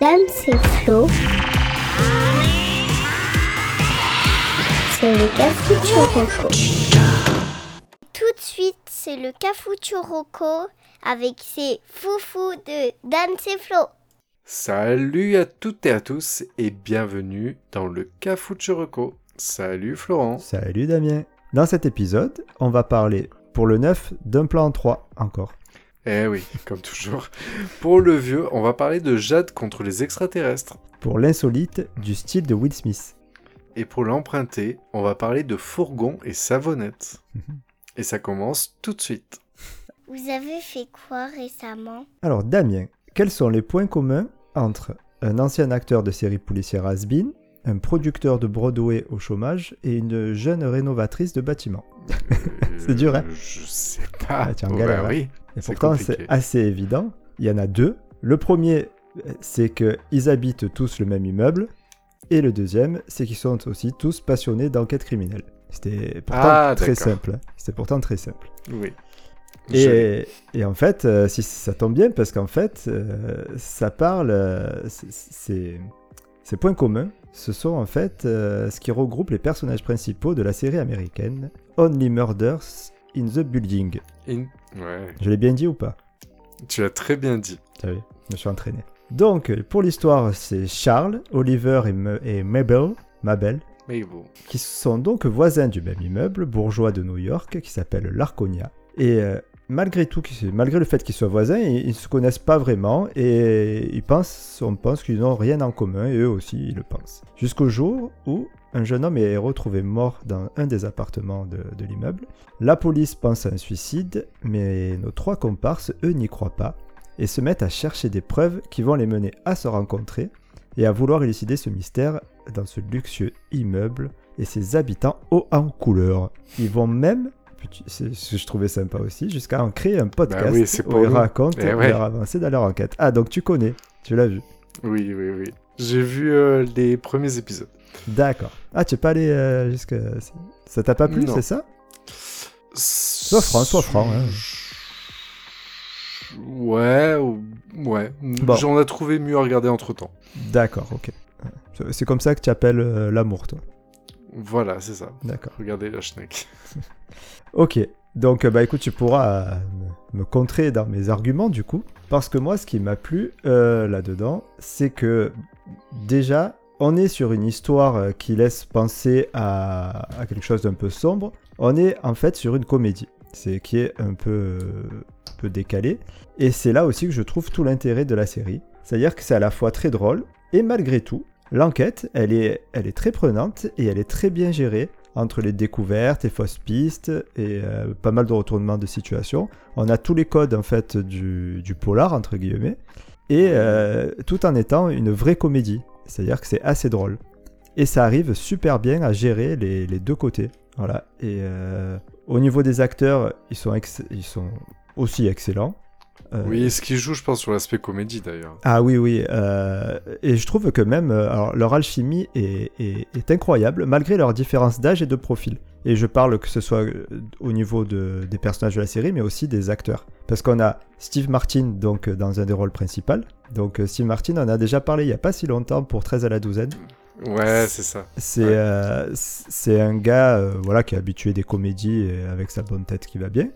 L'âme, c'est Flo. C'est le Cafucho Roco. Tout de suite, c'est le Cafucho Roco avec ses foufous de Dame, c'est Flo. Salut à toutes et à tous et bienvenue dans le Cafucho Roco. Salut Florent. Salut Damien. Dans cet épisode, on va parler pour le neuf d'un plan 3 encore. Eh oui, comme toujours. Pour le vieux, on va parler de Jade contre les extraterrestres. Pour l'insolite du style de Will Smith. Et pour l'emprunter, on va parler de fourgon et savonnette. Mhm. Et ça commence tout de suite. Vous avez fait quoi récemment Alors Damien, quels sont les points communs entre un ancien acteur de série policière has un producteur de Broadway au chômage et une jeune rénovatrice de bâtiments C'est dur, hein Euh, Je sais pas. Ah, t'es en Bah galère, oui. Et C'est pourtant, compliqué. c'est assez évident. Il y en a deux. Le premier, euh, c'est qu'ils habitent tous le même immeuble. Et le deuxième, c'est qu'ils sont aussi tous passionnés d'enquête criminelle. C'était pourtant Ah, très d'accord. simple. hein. C'était pourtant très simple. Oui. Je- Et, euh, et en fait, euh, si ça tombe bien, parce qu'en fait, euh, ça parle. euh, c'est- c'est- Ces points communs, ce sont en fait euh, ce qui regroupe les personnages principaux de la série américaine Only Murders in the Building. In- Ouais. Je l'ai bien dit ou pas Tu as très bien dit. Ah oui, je me suis entraîné. Donc, pour l'histoire, c'est Charles, Oliver et, Me- et Mabel, Mabel, Mais bon. qui sont donc voisins du même immeuble bourgeois de New York qui s'appelle l'Arconia. Et euh, malgré tout, qu'ils- malgré le fait qu'ils soient voisins, ils ne se connaissent pas vraiment et ils pensent, on pense qu'ils n'ont rien en commun et eux aussi ils le pensent. Jusqu'au jour où un jeune homme est retrouvé mort dans un des appartements de, de l'immeuble. La police pense à un suicide, mais nos trois comparses, eux, n'y croient pas et se mettent à chercher des preuves qui vont les mener à se rencontrer et à vouloir élucider ce mystère dans ce luxueux immeuble et ses habitants hauts en couleur. Ils vont même, petit- c'est ce que je trouvais sympa aussi, jusqu'à en créer un podcast Bah oui, c'est pour où ils nous. racontent Eh ouais. leur avancée dans leur enquête. Ah, donc tu connais, tu l'as vu. Oui, oui, oui. J'ai vu euh, les premiers épisodes. D'accord. Ah, tu es pas allé euh, jusque... Ça t'a pas plu, Non. c'est ça Soit franc, soit franc, hein. Ouais, ou- ouais. Bon. J'en ai trouvé mieux à regarder entre temps. D'accord, ok. C'est- C'est comme ça que tu appelles euh, l'amour, toi. Voilà, c'est ça. D'accord. Regardez la schneck. Ok, donc euh, bah écoute, tu pourras euh, me- me contrer dans mes arguments du coup, parce que moi, ce qui m'a plu euh, là-dedans, c'est que déjà, on est sur une histoire euh, qui laisse penser à, à quelque chose d'un peu sombre. On est en fait sur une comédie, c'est qui est un peu, euh, un peu décalée, et c'est là aussi que je trouve tout l'intérêt de la série. C'est-à-dire que c'est à la fois très drôle et malgré tout, L'enquête, elle est, elle est très prenante et elle est très bien gérée entre les découvertes et fausses pistes et euh, pas mal de retournements de situation. On a tous les codes en fait du, du polar entre guillemets et euh, tout en étant une vraie comédie, c'est-à-dire que c'est assez drôle et ça arrive super bien à gérer les, les deux côtés. Voilà. Et euh, au niveau des acteurs, ils sont, ex- ils sont aussi excellents. Euh, Oui, ce qui joue, je pense, sur l'aspect comédie d'ailleurs. ah oui, oui. euh, et je trouve que même euh, alors, leur alchimie est, est- est incroyable, malgré leur différence d'âge et de profil. Et je parle que ce soit euh, au niveau de- des personnages de la série, mais aussi des acteurs. Parce qu'on a Steve Martin donc, euh, dans un des rôles principaux. Donc euh, Steve Martin, on en a déjà parlé il n'y a pas si longtemps pour 13 à la douzaine. Ouais, c'est ça. C'est Ouais. euh, c- c'est un gars euh, voilà, qui est habitué des comédies et avec sa bonne tête qui va bien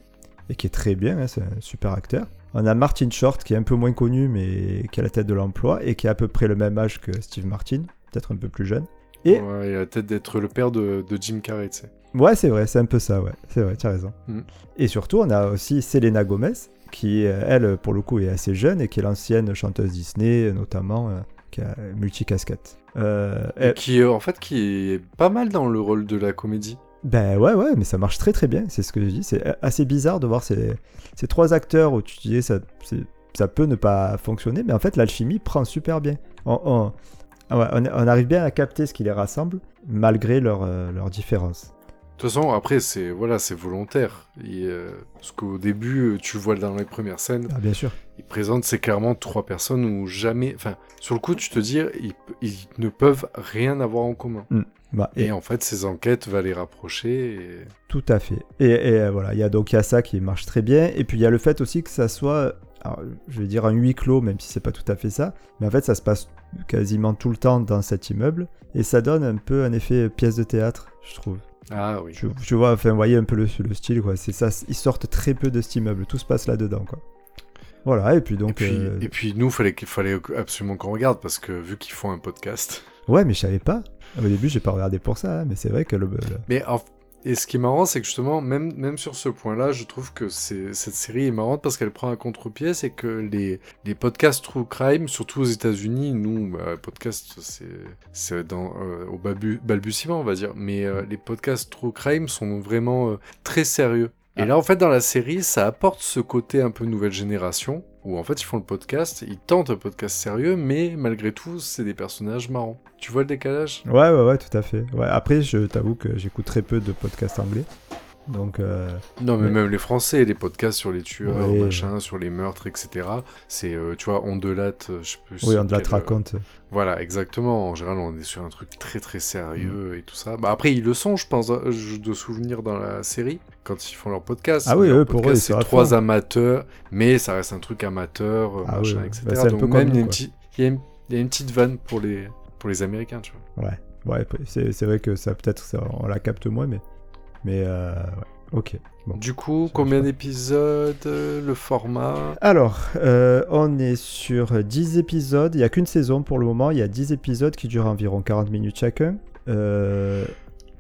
et qui est très bien, hein, c'est un super acteur. On a Martin Short qui est un peu moins connu mais qui a la tête de l'emploi et qui a à peu près le même âge que Steve Martin, peut-être un peu plus jeune. Et- Ouais, il a la tête d'être le père de, de Jim Carrey, tu sais. Ouais, c'est vrai, c'est un peu ça, ouais, c'est vrai, tu as raison. Mm. Et surtout, on a aussi Selena Gomez qui, euh, elle, pour le coup, est assez jeune et qui est l'ancienne chanteuse Disney, notamment, euh, qui a multicasquette. Euh, elle- Qui, euh, en fait, qui est pas mal dans le rôle de la comédie. Ben ouais, ouais, mais ça marche très très bien, c'est ce que je dis. C'est assez bizarre de voir ces, ces trois acteurs où tu disais ça, c'est- ça peut ne pas fonctionner, mais en fait l'alchimie prend super bien. On, on- ah ouais, on- on arrive bien à capter ce qui les rassemble malgré leur, euh, leurs différences. De toute façon, après, c'est voilà, c'est volontaire. Et, euh, parce qu'au début, euh, tu vois dans les premières scènes, Ah, bien sûr. ils présentent, c'est clairement trois personnes où jamais. Enfin, sur le coup, tu te dis, ils, ils ne peuvent rien avoir en commun. Bah, Et en fait, ces enquêtes va les rapprocher. et- Tout à fait. Et, et, euh, voilà, il y a donc il y a ça qui marche très bien. Et puis il y a le fait aussi que ça soit alors, je vais dire un huis clos, même si c'est pas tout à fait ça, mais en fait ça se passe quasiment tout le temps dans cet immeuble, et ça donne un peu un effet pièce de théâtre, je trouve. Ah oui. Tu, tu vois, enfin, vous voyez un peu le, le style, quoi. C'est ça, ils sortent très peu de cet immeuble, tout se passe là-dedans, quoi. Voilà, et puis donc. et, puis, euh, et puis nous, fallait, qu'il- fallait absolument qu'on regarde parce que vu qu'ils font un podcast. Ouais, mais je savais pas. Au début, j'ai pas regardé pour ça, hein, mais c'est vrai que le. le- Mais en- et ce qui est marrant, c'est que justement, même, même sur ce point-là, je trouve que c'est- cette série est marrante parce qu'elle prend un contre-pied, c'est que les, les podcasts True Crime, surtout aux États-Unis, nous, bah, podcast, c'est- c'est dans, euh, au babu- balbutiement, on va dire, mais euh, les podcasts True Crime sont vraiment euh, très sérieux. Et là, en fait, dans la série, ça apporte ce côté un peu nouvelle génération, où en fait, ils font le podcast, ils tentent un podcast sérieux, mais malgré tout, c'est des personnages marrants. Tu vois le décalage Ouais, ouais, ouais, tout à fait. Ouais, après, je t'avoue que j'écoute très peu de podcasts anglais. Donc, euh, Non, mais Ouais. même les Français, les podcasts sur les tueurs, Ouais. machin, sur les meurtres, etc. C'est, euh, tu vois, on delate, euh, je sais plus. oui, c'est on te la quel, te euh, raconte. Voilà, exactement. En général, on est sur un truc très très sérieux Mm. et tout ça. Bah, après, ils le sont, je pense, hein, je- de souvenir dans la série, quand ils font leur podcast. Ah oui, Leur eux, pour eux, podcast, ils sont c'est à trois fond. amateurs, mais ça reste un truc amateur, euh, Ah machin, oui, etc. bah, c'est un Donc, peu comme même, il y, a nous, une quoi. petite- il y a une- il y a une petite vanne pour les, pour les Américains, tu vois. Ouais, c'est c'est vrai que ça, peut-être, ça, on la capte moins, mais. Mais, euh, ouais. Ok. Bon. Du coup, Ça combien marche d'épisodes, euh, le format Alors, euh, on est sur 10 épisodes. Il n'y a qu'une saison pour le moment. Il y a 10 épisodes qui durent environ 40 minutes chacun. Euh,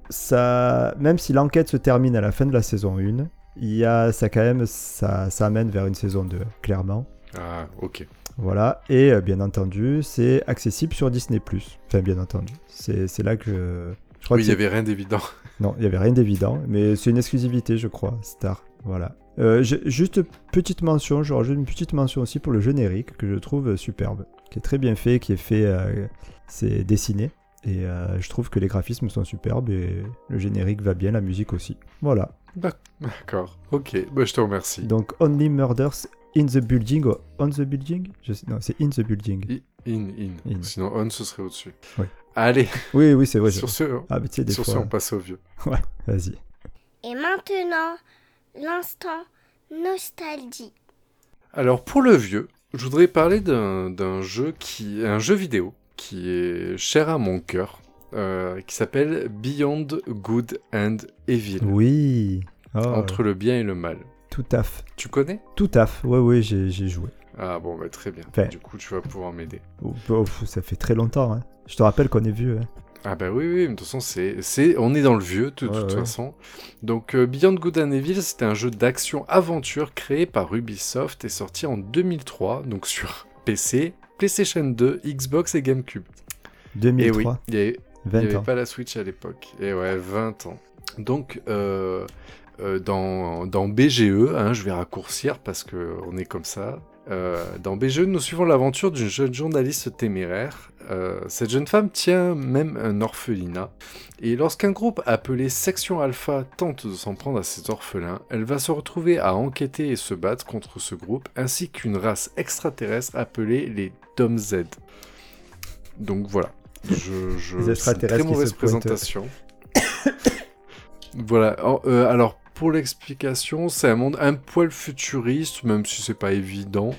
ça, même si l'enquête se termine à la fin de la saison 1, il y a, ça, quand même, ça, ça amène vers une saison 2, clairement. Ah, ok. Voilà. Et euh, bien entendu, c'est accessible sur Disney. Enfin, bien entendu. C'est c'est là que. Je crois Oui, que il c'est- n'y avait rien d'évident. non, il n'y avait rien d'évident, mais c'est une exclusivité, je crois, Star. Voilà. Euh, j'ai- juste petite mention, je rajoute une petite mention aussi pour le générique que je trouve superbe, qui est très bien fait, qui est fait, euh, c'est dessiné. Et euh, je trouve que les graphismes sont superbes et le générique va bien, la musique aussi. Voilà. D'accord, ok, bah, je te remercie. Donc Only Murders in the Building, ou On the Building Je sais- Non, c'est In the Building. I- In, in, In. Sinon, on, ce serait au-dessus. Oui. Allez, Oui, oui, c'est vrai. je- sur ce, Ah, mais tu sais, des sur ce, fois. on passe au vieux. Vas-y. Et maintenant, l'instant nostalgie. Alors, pour le vieux, je voudrais parler d'un d'un jeu qui, un jeu vidéo qui est cher à mon cœur, euh, qui s'appelle Beyond Good and Evil, Oui. Oh, entre le bien et le mal. Tout taf. Tu connais Tout taf. Ouais, ouais, j'ai j'ai joué. Ah bon, bah, très bien. Enfin. Du coup, tu vas pouvoir m'aider. Oh, oh, pff, ça fait très longtemps. hein. Je te rappelle qu'on est vieux. hein. Ah bah oui, oui, mais de toute façon, c'est, c'est, on est dans le vieux, de Ouais, toute ouais. façon. Donc euh, Beyond Good and Evil, c'était un jeu d'action-aventure créé par Ubisoft et sorti en 2003, donc sur PC, PlayStation 2, Xbox et GameCube. Et oui, 2003, il y avait- il n'y 20 avait ans. pas la Switch à l'époque. Et ouais, 20 ans. Donc, euh, euh, dans, dans BGE, hein, je vais raccourcir parce que on est comme ça. Euh, dans BGE, nous suivons l'aventure d'une jeune journaliste téméraire. Euh, cette jeune femme tient même un orphelinat. Et lorsqu'un groupe appelé Section Alpha tente de s'en prendre à ces orphelins, elle va se retrouver à enquêter et se battre contre ce groupe, ainsi qu'une race extraterrestre appelée les Dom Z. Donc voilà. Je, je, Les c'est une extraterrestres très qui mauvaise se pointent. présentation. voilà. En- euh, alors pour l'explication, c'est un monde un poil futuriste, même si c'est pas évident.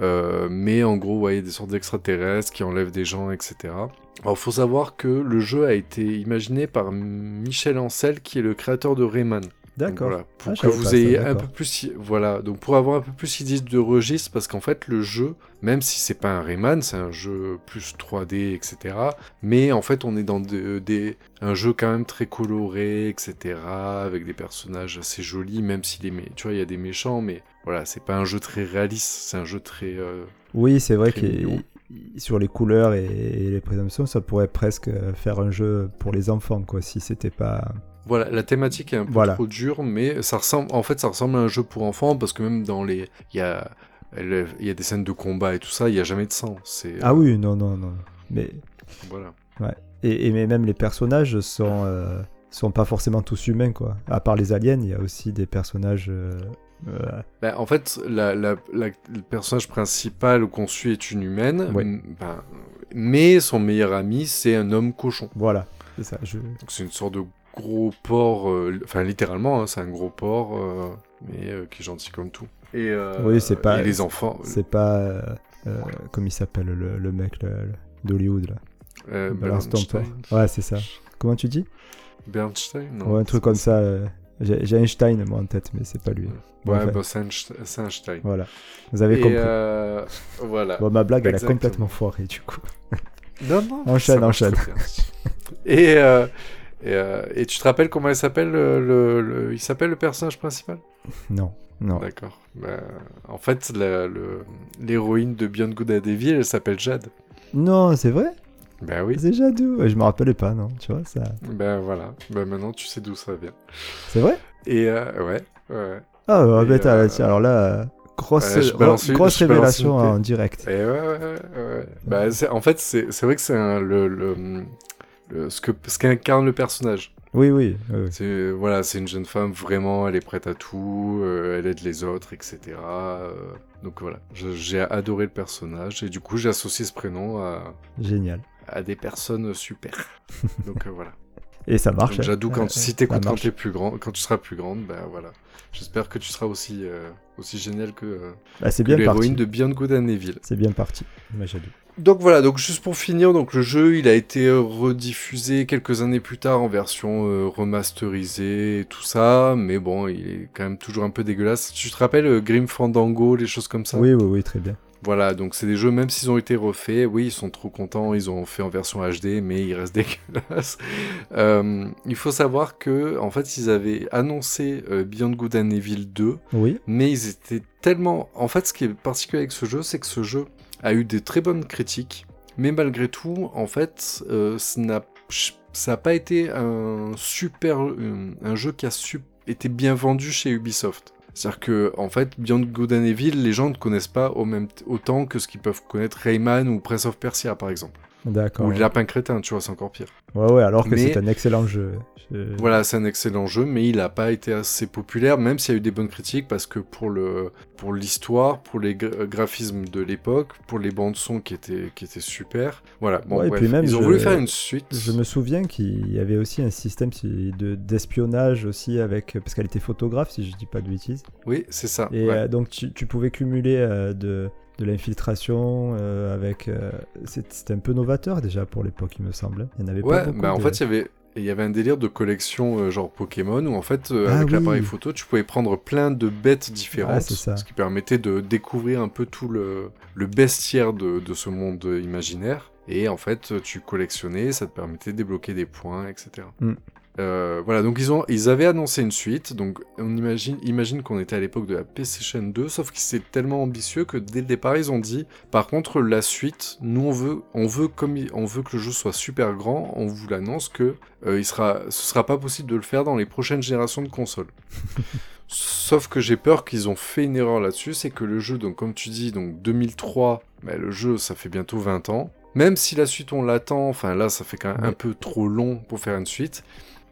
Euh, mais en gros, ouais, il y a des sortes d'extraterrestres qui enlèvent des gens, etc. Alors, faut savoir que le jeu a été imaginé par Michel Ancel, qui est le créateur de Rayman. Donc, D'accord. Voilà, pour Ah, je que savais pas vous ça, ayez un d'accord. peu plus, i- voilà, donc pour avoir un peu plus idée de registre, parce qu'en fait le jeu, même si c'est pas un Rayman, c'est un jeu plus 3D, etc. Mais en fait, on est dans de- des, un jeu quand même très coloré, etc. Avec des personnages assez jolis, même si les, mé- tu vois, il y a des méchants, mais voilà, c'est pas un jeu très réaliste, c'est un jeu très euh, Oui, c'est vrai Très que mignon. sur les couleurs et, et les présomptions, ça pourrait presque euh, faire un jeu pour les enfants, quoi, si c'était pas. Voilà, la thématique est un peu Voilà. trop dure, mais ça ressemble, en fait, ça ressemble à un jeu pour enfants parce que même dans les, il y a, le- il y a des scènes de combat et tout ça, il y a jamais de sang. C'est Ah oui, non, non, non. Mais voilà. et, et mais même les personnages sont euh, sont pas forcément tous humains, quoi. À part les aliens, il y a aussi des personnages. euh, euh, Ben, en fait, la, la- la- le personnage principal qu'on suit est une humaine, Ouais. m- ben, mais son meilleur ami c'est un homme cochon. voilà. C'est ça. Je... Donc c'est une sorte de gros porc, euh, enfin littéralement, hein, c'est un gros porc, euh, mais euh, qui est gentil comme tout. Et, euh, Oui, c'est pas- et les enfants. C'est pas. euh, euh, comme il s'appelle le, le mec le- le- d'Hollywood là euh, Balance ton Bernstein. porc. Ouais, c'est ça. Comment tu dis Bernstein non. Ouais, un truc comme ça. euh, J'ai j'ai Einstein moi en tête, mais c'est pas lui. Ouais, Bon, Ouais, enfin, bah, c'est Einstein- c'est Einstein. Voilà. Vous avez Et, compris. euh, voilà. Bon, ma blague, elle a exactement. complètement foiré du coup. Non, non. Enchaîne, ça marche enchaîne. très bien. Et, euh, et, euh, et tu te rappelles comment il s'appelle le, le- le- il s'appelle le personnage principal Non, non. D'accord. Bah, en fait, la- le- l'héroïne de Beyond Good and Evil, elle s'appelle Jade. Non, c'est vrai Ben oui. C'est Jadou Ouais, Je me rappelais pas, non. Tu vois, ça. Ben voilà. Ben maintenant, tu sais d'où ça vient. C'est vrai Et euh, ouais, ouais. Ah, bah, Et, bête, euh, tiens, alors là, euh, grosse, ouais, je gro- balance une- grosse je balance révélation une en direct. Et ouais, ouais, ouais, ouais. Bah, c'est- en fait, c'est c'est vrai que c'est un- le, le- le- ce que ce qu'incarne le personnage. Oui, oui. oui, oui. C'est voilà, c'est une jeune femme vraiment, elle est prête à tout, euh, elle aide les autres, etc. euh, donc voilà, Je- j'ai adoré le personnage et du coup j'ai associé ce prénom à, Génial. à des personnes super. Donc euh, voilà. Et ça marche. Donc, Jadou, Euh, quand si ça t'écoutes quand marche. t'es plus grand, quand tu seras plus grande, bah voilà. J'espère que tu seras aussi euh, aussi génial que, euh, Bah, c'est que bien parti. l'héroïne de Beyond Good and Evil. C'est bien parti. Ma Jadou. Donc voilà, donc juste pour finir, donc le jeu il a été euh, rediffusé quelques années plus tard en version euh, remasterisée et tout ça, mais bon, il est quand même toujours un peu dégueulasse. Tu te rappelles euh, Grim Fandango, les choses comme ça Oui, oui, oui, très bien. Voilà, donc c'est des jeux, même s'ils ont été refaits, oui, ils sont trop contents, ils ont fait en version HD, mais ils restent dégueulasses. Euh, il faut savoir que, en fait, ils avaient annoncé euh, Beyond Good and Evil 2 Oui, mais ils étaient tellement... En fait, ce qui est particulier avec ce jeu, c'est que ce jeu a eu des très bonnes critiques, mais malgré tout, en fait, euh, ce n'a- ça n'a pas été un super... un, un jeu qui a su- été bien vendu chez Ubisoft. C'est-à-dire que, en fait, Beyond Good and Evil, les gens ne connaissent pas au même t- autant que ce qu'ils peuvent connaître Rayman ou Prince of Persia, par exemple. d'accord. Ou Ouais. Le Lapin Crétin, tu vois, c'est encore pire. ouais, ouais, alors que Mais- c'est un excellent jeu. Je- Voilà, c'est un excellent jeu, mais il n'a pas été assez populaire, même s'il y a eu des bonnes critiques, parce que pour le pour l'histoire, pour les gra- euh, graphismes de l'époque, pour les bandes son qui étaient qui étaient super. Voilà. Bon, Ouais, et bref. puis même, ils ont je- voulu faire une suite. Je me souviens qu'il y avait aussi un système si- de- d'espionnage aussi avec. Parce qu'elle était photographe, si je dis pas de bêtises. Oui, c'est ça. Et ouais. euh, donc tu, tu pouvais cumuler euh, de, de l'infiltration euh, avec... euh, c'est- C'était un peu novateur déjà pour l'époque, il me semble. Il n'y en avait Ouais, pas beaucoup. bah en de- fait, il y avait il y avait un délire de collection euh, genre Pokémon où en fait euh, Ah avec oui. l'appareil photo tu pouvais prendre plein de bêtes différentes, Ah, c'est ça. ce qui permettait de découvrir un peu tout le, le bestiaire de, de ce monde euh, imaginaire. Et en fait euh, tu collectionnais, ça te permettait de débloquer des points, etc. Mm. Euh, voilà, donc ils, ont, ils avaient annoncé une suite, donc on imagine, imagine qu'on était à l'époque de la PlayStation 2, sauf que c'est tellement ambitieux que dès le départ ils ont dit, par contre la suite, nous on veut, on veut, comme il- on veut que le jeu soit super grand, on vous l'annonce que euh, il sera, ce sera pas possible de le faire dans les prochaines générations de consoles. Sauf que j'ai peur qu'ils ont fait une erreur là-dessus, c'est que le jeu, donc comme tu dis, donc 2003, bah, le jeu ça fait bientôt 20 ans. Même si la suite on l'attend, enfin là ça fait quand même un Ouais. peu trop long pour faire une suite.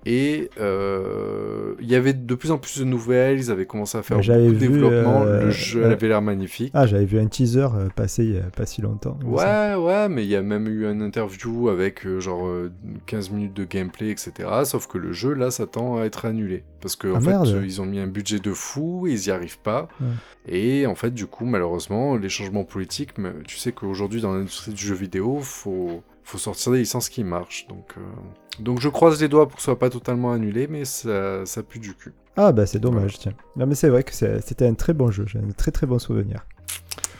Et euh, il y avait de plus en plus de nouvelles, ils avaient commencé à faire Mais beaucoup j'avais de vu, développement, euh, le jeu euh, avait l'air magnifique. Ah, j'avais vu un teaser euh, passer il n'y a pas si longtemps. il me semble. Ouais, ouais, mais il y a même eu une interview avec euh, genre euh, 15 minutes de gameplay, etc. Sauf que le jeu, là, s'attend à être annulé. Parce que, en Ah, fait, merde. euh, ils ont mis un budget de fou, ils y arrivent pas. Ouais. Et en fait, du coup, malheureusement, les changements politiques, mais tu sais qu'aujourd'hui, dans l'industrie du jeu vidéo, faut, faut sortir des licences qui marchent. Donc, euh, donc je croise les doigts pour que ce soit pas totalement annulé, mais ça, ça pue du cul. Ah bah c'est dommage, tiens. Non mais c'est vrai que c'est- c'était un très bon jeu, j'ai un très très bon souvenir.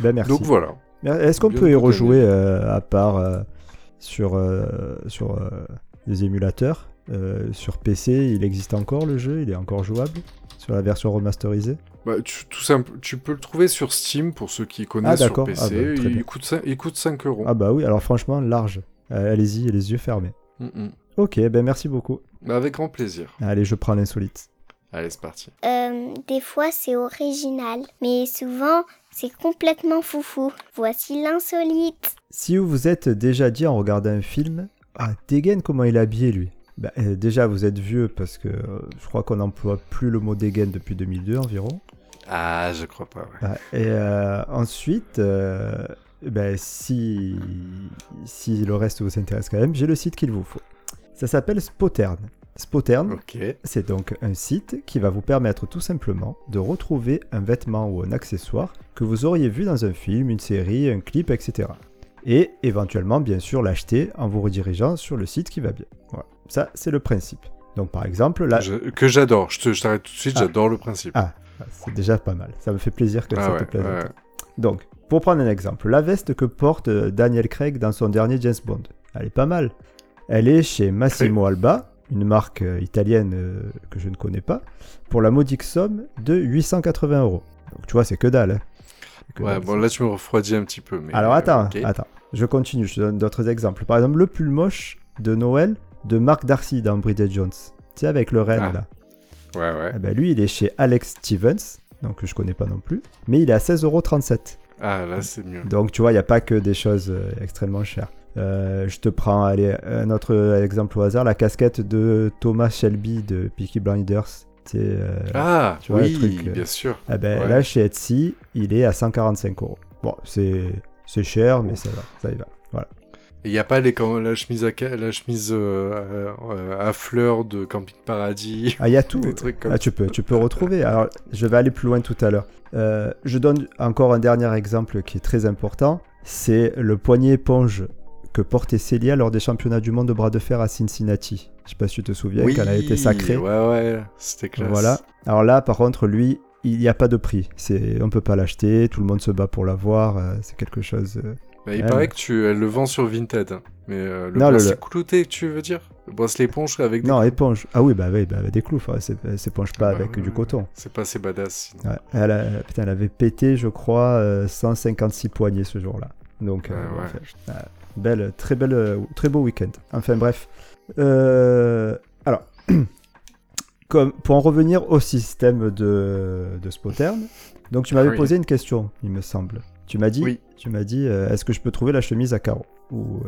Ben merci. Donc voilà. Mais Est-ce qu'on Bien peut y tout à rejouer euh, à part euh, sur, euh, sur euh, des émulateurs Euh, Sur PC, il existe encore le jeu, il est encore jouable sur la version remasterisée Bah, tu, tout simple, tu peux le trouver sur Steam pour ceux qui Ah, connaissent sur d'accord. Ah, PC. bah, très bien. il, coûte 5, il coûte 5 euros. Ah bah oui, alors franchement, large. Euh, Allez-y, les yeux fermés. Mm, mm. Ok, ben merci beaucoup. Bah, Avec grand plaisir. Allez, je prends l'insolite. Allez, c'est parti. Euh, des fois c'est original, mais souvent c'est complètement foufou. Voici l'insolite. Si vous vous êtes déjà dit en regardant un film, ah, dégaine comment il est habillé lui. Bah, euh, déjà, vous êtes vieux parce que euh, je crois qu'on n'emploie plus le mot dégaine depuis 2002 environ. Ah, je crois pas, ouais. Ah, Et euh, ensuite, euh, ben, si, si le reste vous intéresse quand même, j'ai le site qu'il vous faut. Ça s'appelle Spotern. Spotern, Ok. c'est donc un site qui va vous permettre tout simplement de retrouver un vêtement ou un accessoire que vous auriez vu dans un film, une série, un clip, etc. Et éventuellement, bien sûr, l'acheter en vous redirigeant sur le site qui va bien. Voilà. Ça, c'est le principe. Donc, par exemple, là, Je- que j'adore. Je te- je t'arrête tout de suite, Ah. j'adore le principe. Ah, c'est déjà pas mal. Ça me fait plaisir que Ah ça ouais, te plaise. ouais. Donc, pour prendre un exemple, la veste que porte euh, Daniel Craig dans son dernier James Bond, elle est pas mal. Elle est chez Massimo Alba, une marque euh, italienne euh, que je ne connais pas, pour la modique somme de 880 euros. Donc tu vois, c'est que dalle. hein. C'est que Ouais, dalle, bon, là, tu me refroidis un petit peu. Mais, euh, alors attends, ok. attends, je continue, je te donne d'autres exemples. Par exemple, le pull moche de Noël de Mark Darcy dans Bridget Jones. Tu sais, avec le renne Ah. là. Ouais, ouais. Eh ben, lui, il est chez Alex Stevens, donc je connais pas non plus, mais il est à 16,37€. Ah, là, c'est mieux. Donc tu vois, il n'y a pas que des choses euh, extrêmement chères. Euh, je te prends allez, un autre euh, exemple au hasard, la casquette de Thomas Shelby de Peaky Blinders. C'est, euh, Ah, tu vois, le oui, truc, euh, bien sûr. eh ben, ouais. Là, chez Etsy, il est à 145 euros. Bon, c'est, c'est cher, mais ça va, ça y va. Il n'y a pas les, quand, la chemise, à, ca- la chemise euh, euh, à fleurs de Camping Paradis, Ah, il y a tout. des trucs comme Ah, tu peux, tu peux retrouver. Alors, je vais aller plus loin tout à l'heure. Euh, je donne encore un dernier exemple qui est très important. C'est le poignet éponge que portait Célia lors des championnats du monde de bras de fer à Cincinnati. Je sais pas si tu te souviens Oui, qu'elle a été sacrée. Ouais, ouais, c'était classe. voilà. Alors là, par contre, lui, il n'y a pas de prix. C'est, on peut pas l'acheter. Tout le monde se bat pour l'avoir. euh, c'est quelque chose. euh, Bah, il Ouais, mais- paraît que tu elle le vends sur Vinted. hein. Mais euh, le Non, le- bracelet le- clouté, tu veux dire Le bracelet éponge avec des... Non, éponge. Ah oui, bah oui, bah, avec des clous. Enfin, c'est, elle s'éponge pas Bah, avec ouais, du ouais. coton. C'est pas assez badass. sinon. Ouais, elle, a- putain, elle avait pété, je crois, euh, 156 poignées ce jour-là. Donc, euh, Ouais, bon, ouais. enfin, je- euh, belle, très belle, euh, très beau week-end. Enfin bref. Euh, alors, comme, pour en revenir au système de, de Spotern, donc tu m'avais Oui. posé une question, il me semble. Tu m'as dit, Oui. tu m'as dit, euh, est-ce que je peux trouver la chemise à carreaux ou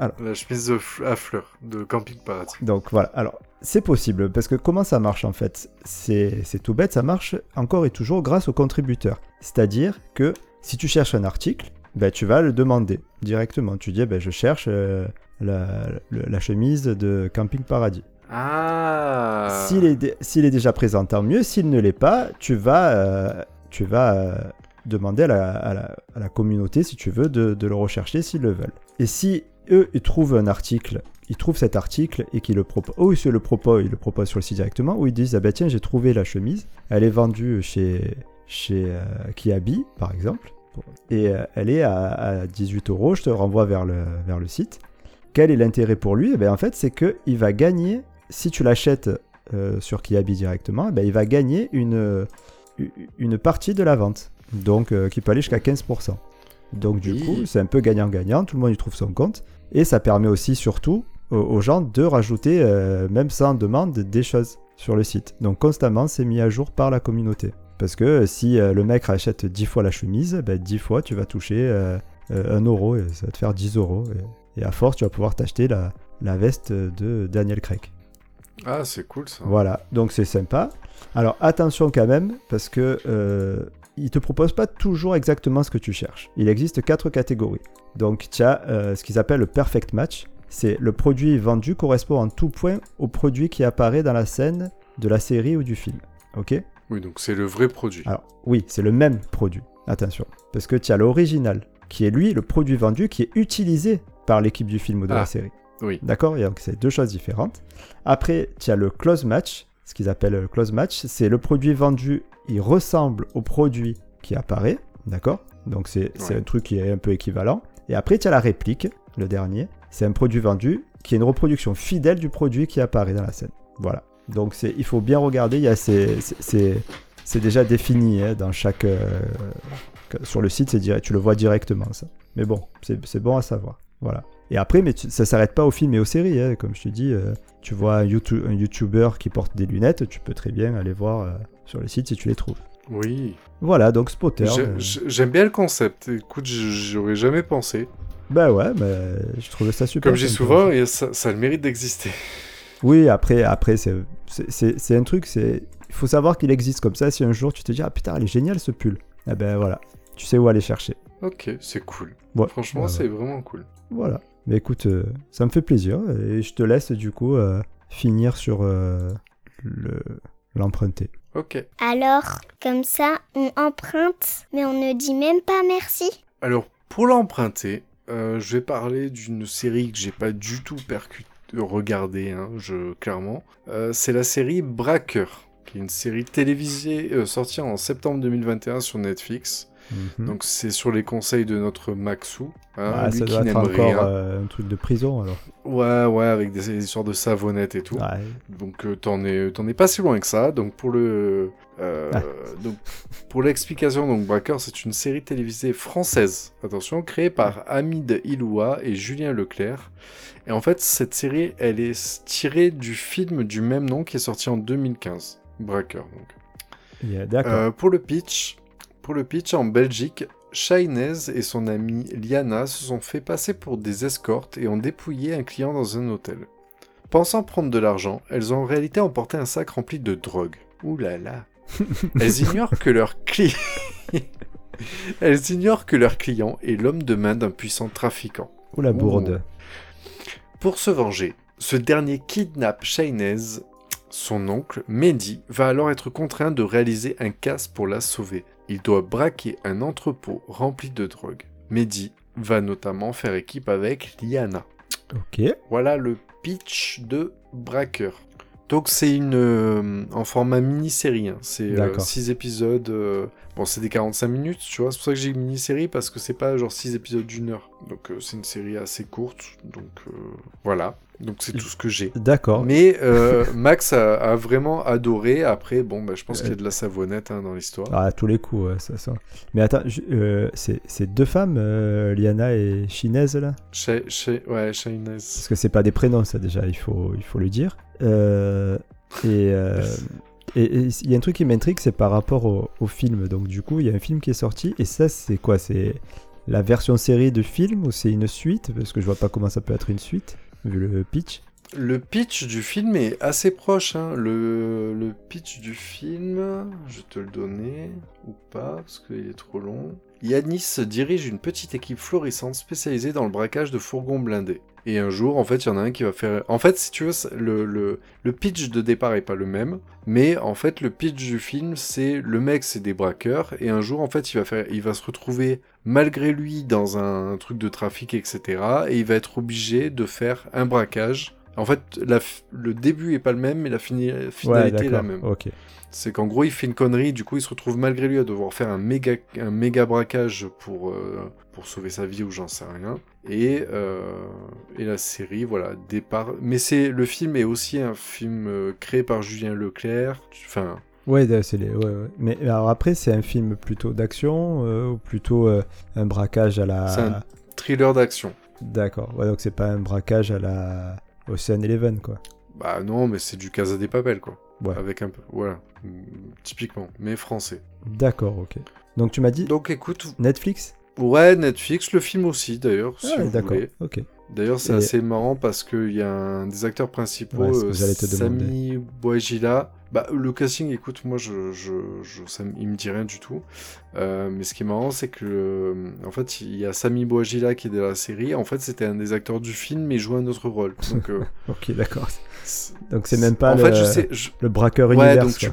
euh, La chemise de fl- à fleurs de Camping Paradis. donc voilà, alors c'est possible, parce que comment ça marche en fait C'est c'est tout bête, ça marche encore et toujours grâce aux contributeurs. C'est-à-dire que si tu cherches un article, ben, tu vas le demander directement. Tu dis, ben, je cherche euh, la, le- la chemise de Camping Paradis. Ah S'il est, dé- s'il est déjà présent, tant mieux. S'il ne l'est pas, tu vas, euh, tu vas euh, demander à la, à la- à la communauté, si tu veux, de, de le rechercher s'ils le veulent. Et si eux, ils trouvent un article, ils trouvent cet article et qu'ils le proposent, ou ils se le proposent, ils le proposent sur le site directement, ou ils disent, ah bah tiens, j'ai trouvé la chemise, elle est vendue chez, chez euh, Kiabi, par exemple, et euh, elle est à, à 18 euros, je te renvoie vers le, vers le site. Quel est l'intérêt pour lui Eh bien, En fait, c'est qu'il va gagner, si tu l'achètes euh, sur Kiabi directement, eh ben, il va gagner une, euh, une partie de la vente, donc euh, qui peut aller jusqu'à 15%. Donc du Oui. coup, c'est un peu gagnant-gagnant, tout le monde y trouve son compte, et ça permet aussi surtout aux, aux gens de rajouter, euh, même sans demande, des choses sur le site. Donc constamment, c'est mis à jour par la communauté. Parce que euh, si euh, le mec rachète 10 fois la chemise, eh ben, 10 fois tu vas toucher euh, euh, 1 euro, et ça va te faire 10 euros. Et, et à force, tu vas pouvoir t'acheter la, la veste de Daniel Craig. Ah, c'est cool ça. Voilà, donc c'est sympa. Alors attention quand même, parce que euh, il te propose pas toujours exactement ce que tu cherches. Il existe quatre catégories. Donc tu as euh, ce qu'ils appellent le perfect match. C'est le produit vendu correspond en tout point au produit qui apparaît dans la scène de la série ou du film. Ok Oui, donc c'est le vrai produit. Alors oui, c'est le même produit. Attention, parce que tu as l'original, qui est lui le produit vendu qui est utilisé par l'équipe du film ou de Ah. la série. Oui. D'accord Et Donc c'est deux choses différentes. Après, tu as le close match, ce qu'ils appellent le close match, c'est le produit vendu, il ressemble au produit qui apparaît, d'accord Donc c'est c'est Ouais. un truc qui est un peu équivalent. Et après, tu as la réplique, le dernier, c'est un produit vendu qui est une reproduction fidèle du produit qui apparaît dans la scène. Voilà. Donc c'est- il faut bien regarder, il y a ces- ces- ces- c'est déjà défini hein, dans chaque euh, sur le site, c'est direct, tu le vois directement ça. Mais bon, c'est c'est bon à savoir. Voilà. Et après, mais tu- ça s'arrête pas aux films et aux séries. hein. Comme je te dis, euh, tu vois un, YouTube, un YouTuber qui porte des lunettes, tu peux très bien aller voir euh, sur le site si tu les trouves. Oui. Voilà, donc spotter. J'ai- euh, j'ai- J'aime bien le concept. Écoute, j- j'aurais jamais pensé. Bah ouais, mais je trouvais ça super. Comme j'ai sympa. souvent, euh, et ça, ça a le mérite d'exister. Oui, après, après c'est- c'est c'est- c'est un truc, c'est il faut savoir qu'il existe comme ça. Si un jour tu te dis, ah putain, il est génial ce pull, eh ben voilà, tu sais où aller chercher. Ok, c'est cool. Ouais. Franchement, Ouais, ouais. c'est vraiment cool. Voilà. Mais écoute, euh, ça me fait plaisir et je te laisse du coup euh, finir sur euh, le l'emprunter. Ok. Alors, comme ça, on emprunte, mais on ne dit même pas merci. Alors, pour l'emprunter, euh, je vais parler d'une série que j'ai pas du tout percu- euh, regardée, hein, je, clairement. Euh, c'est la série Braqueur, qui est une série télévisée euh, sortie en septembre 2021 sur Netflix. Mhm. Donc, c'est sur les conseils de notre Maxou. hein, Ah, lui ça qui doit être n'aime encore rien. euh, un truc de prison alors. Ouais, ouais, avec des, des histoires de savonnettes et tout. Ouais. Donc euh, t'en es t'en es pas si loin que ça. Donc pour le euh, Ah. donc pour l'explication donc Braqueur c'est une série télévisée française. Attention créée par Hamid Iloua et Julien Leclerc. Et en fait cette série elle est tirée du film du même nom qui est sorti en 2015. Braqueur donc. Il y a- D'accord. Euh, pour le pitch, pour le pitch en Belgique, Shainez et son amie Liana se sont fait passer pour des escortes et ont dépouillé un client dans un hôtel. Pensant prendre de l'argent, elles ont en réalité emporté un sac rempli de drogue. Ouh là là. Elles ignorent que leur client Elles ignorent que leur client est l'homme de main d'un puissant trafiquant. Ou la bourde. Pour se venger, ce dernier kidnappe Shainez. Son oncle, Mehdi, va alors être contraint de réaliser un casse pour la sauver. Il doit braquer un entrepôt rempli de drogue. Mehdi va notamment faire équipe avec Liana. Ok. Voilà le pitch de Braqueur. Donc c'est une euh, en format mini-série. hein. C'est D'accord. 6 épisodes. euh, bon, c'est des 45 minutes, tu vois. C'est pour ça que j'ai une mini-série parce que c'est pas genre 6 épisodes d'une heure. Donc euh, c'est une série assez courte. Donc euh, voilà. Donc c'est tout ce que j'ai. D'accord. Mais euh, Max a, a vraiment adoré. Après, bon, bah, je pense qu'il y a de la savonnette hein, dans l'histoire. Euh, Ah, à tous les coups, ouais, ça sent. Mais attends, je- euh, c'est c'est deux femmes, euh, Liana et Chinaise, là Chez, chez, ouais, Shainez. Parce que c'est pas des prénoms, ça, déjà, il faut, il faut le dire. Euh, et euh, et- et il y a un truc qui m'intrigue, c'est par rapport au, au film. Donc, du coup, il y a un film qui est sorti, et ça, c'est quoi C'est la version série de film ou c'est une suite Parce que je vois pas comment ça peut être une suite, vu le pitch. Le pitch du film est assez proche. hein. Le, le pitch du film, je vais te le donner ou pas, parce qu'il est trop long. Yanis dirige une petite équipe florissante spécialisée dans le braquage de fourgons blindés. Et un jour, en fait, il y en a un qui va faire. En fait, si tu veux, c'est- le, le, le pitch de départ est pas le même, mais en fait, le pitch du film, c'est le mec, c'est des braqueurs, et un jour, en fait, il va, faire... il va se retrouver malgré lui dans un truc de trafic, etc. Et il va être obligé de faire un braquage. En fait, la f- le début est pas le même, mais la fini- finalité est la d'accord, même. Ok. C'est qu'en gros, il fait une connerie, du coup, il se retrouve malgré lui à devoir faire un méga, un méga braquage pour, euh, pour sauver sa vie ou j'en sais rien. Et, euh, et la série, voilà, départ. Mais c'est le film est aussi un film euh, créé par Julien Leclerc. Enfin, Ouais, d'ailleurs, c'est les. Ouais, ouais. Mais alors après, c'est un film plutôt d'action euh, ou plutôt euh, un braquage à la. C'est un- thriller d'action. D'accord. Ouais, donc c'est pas un braquage à la Ocean Eleven, quoi. Bah non, mais c'est du Casa des Papel, quoi. Ouais. Avec un peu. Voilà. Mm, Typiquement. Mais français. D'accord, ok. Donc tu m'as dit Donc écoute, Netflix ouais, Netflix, le film aussi, d'ailleurs, si Ah, vous d'accord, voulez. ok. D'ailleurs, c'est Et- assez marrant parce qu'il y a un des acteurs principaux, Ouais, c'est ce que euh, j'allais te demander. Sami Bouajila. Bah, le casting, écoute, moi, je, je, je- ça me- il me dit rien du tout. Euh, mais ce qui est marrant, c'est que, euh, en fait, il y a Sami Bouajila qui est dans la série. En fait, c'était un des acteurs du film, mais il joue un autre rôle. Donc, euh, Ok, d'accord. c'est- Donc c'est même pas En le, fait, je sais. je- le braqueur Ouais, univers. donc tu-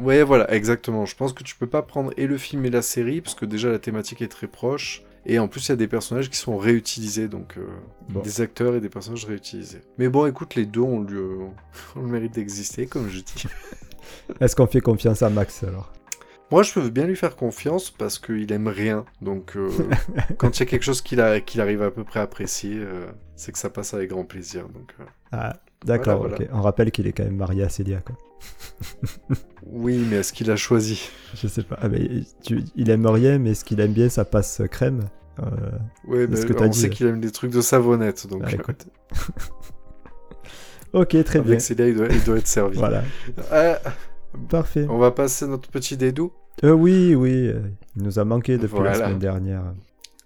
Ouais, voilà, exactement. Je pense que tu peux pas prendre et le film et la série, parce que déjà la thématique est très proche. Et en plus, il y a des personnages qui sont réutilisés, donc euh, Bon. des acteurs et des personnages réutilisés. Mais bon, écoute, les deux ont le, ont le mérite d'exister, comme je dis. Est-ce qu'on fait confiance à Max alors Moi, je peux bien lui faire confiance parce qu'il aime rien. Donc, euh, quand il y a quelque chose qu'il a- qu'il arrive à peu près à apprécier, euh, c'est que ça passe avec grand plaisir. Donc, euh, Ah, d'accord, Voilà, ok. On rappelle qu'il est quand même marié à Célia, quoi. oui, mais est-ce qu'il a choisi Je sais pas. Ah, mais tu- il aime rien, mais ce qu'il aime bien, ça passe crème. Euh, Ouais, mais ce que t'as on dit, sait ouais. qu'il aime des trucs de savonnette. Donc, ah, euh, écoute. ok, très bien. avec Célia, il doit, il doit être servi. Voilà, Ah, parfait. On va passer notre petit dédou Euh, oui, oui, euh, il nous a manqué depuis la Voilà. semaine dernière.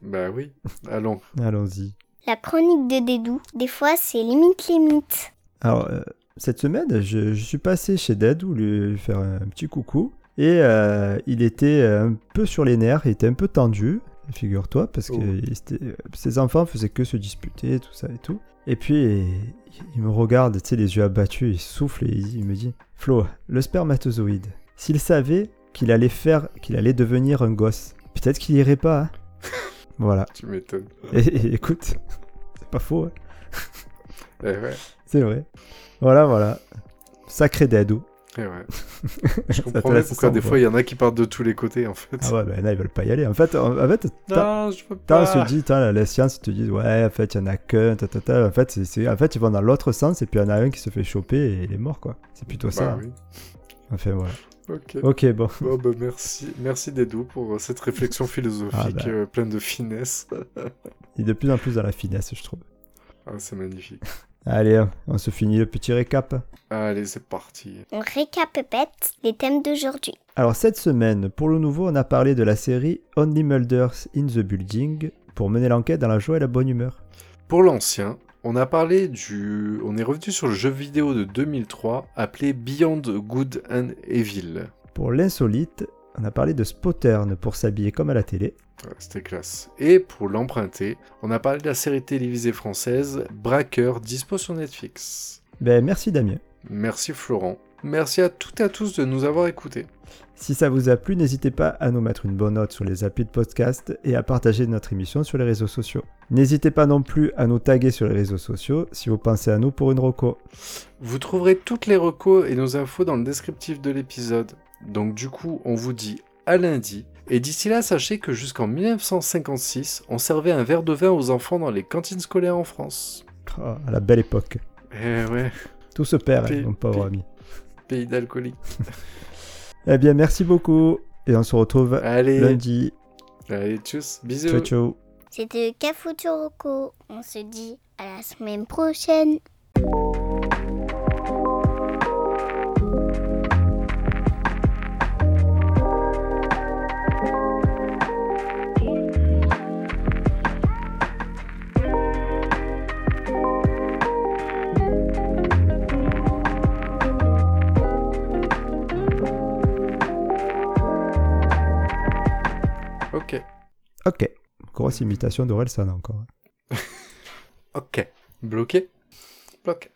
Bah oui, allons. Allons-y. La chronique de Dédou, des fois, c'est limite limite. Alors, euh, cette semaine, je, je suis passé chez Dadou lui euh, faire un petit coucou. Et euh, il était un peu sur les nerfs, il était un peu tendu. figure-toi, parce que Oh. il- c'était- ses enfants faisaient que se disputer, tout ça et tout. Et puis, il me regarde, tu sais, les yeux abattus, il souffle et il, il me dit Flo, le spermatozoïde, s'il savait qu'il allait faire, qu'il allait devenir un gosse, peut-être qu'il irait pas. hein. voilà. Tu m'étonnes. Et, et écoute, c'est pas faux, hein. Eh ouais, c'est vrai. Voilà, voilà. Sacré dadou. eh ouais. Je comprends te bien laisse pourquoi sans des voix. fois il y en a qui partent de tous les côtés en fait. Ah ouais, ben là, ils veulent pas y aller. En fait, en, en fait t'as- Non, je peux T'as, pas. on se dit, t'as, la, la science, ils te disent, ouais, en fait, il y en a qu'un, ta, ta, ta. En fait, c'est, c'est- en fait, ils vont dans l'autre sens, et puis il y en a un qui se fait choper, et il est mort, quoi. C'est plutôt Bah ça. hein. Oh. oui. Enfin, voilà. Ok. Ok, bon. Bon, bah, merci, merci Dédou pour euh, cette réflexion philosophique Ah, bah. euh, pleine de finesse. Il est de plus en plus dans la finesse, je trouve. Ah, c'est magnifique. Allez, hein, on se finit le petit récap. Allez, c'est parti. On récapépète les thèmes d'aujourd'hui. Alors, cette semaine, pour le nouveau, on a parlé de la série Only Mulders in the Building, pour mener l'enquête dans la joie et la bonne humeur. Pour l'ancien, on a parlé du. On est revenu sur le jeu vidéo de 2003 appelé Beyond Good and Evil. Pour l'insolite, on a parlé de Spottern pour s'habiller comme à la télé. Ouais, C'était classe. Et pour l'emprunter, on a parlé de la série télévisée française Braqueur, dispo sur Netflix. Ben, merci Damien. Merci Florent. Merci à toutes et à tous de nous avoir écoutés. Si ça vous a plu, n'hésitez pas à nous mettre une bonne note sur les applis de podcast et à partager notre émission sur les réseaux sociaux. N'hésitez pas non plus à nous taguer sur les réseaux sociaux si vous pensez à nous pour une reco. Vous trouverez toutes les recos et nos infos dans le descriptif de l'épisode. Donc du coup, on vous dit à lundi. Et d'ici là, sachez que jusqu'en 1956, on servait un verre de vin aux enfants dans les cantines scolaires en France. Oh, à la belle époque. Eh ouais, Tout se perd, hein, Pi- mon pauvre pi- ami. pays d'alcooliques. Eh bien, merci beaucoup et on se retrouve Allez, Bah, lundi. allez, tchuss, bisous. Ciao, ciao. C'était Cafuto Roco. On se dit à la semaine prochaine. Ok, Ok. Grosse imitation d'Orelsan encore. ok. Bloqué Bloqué.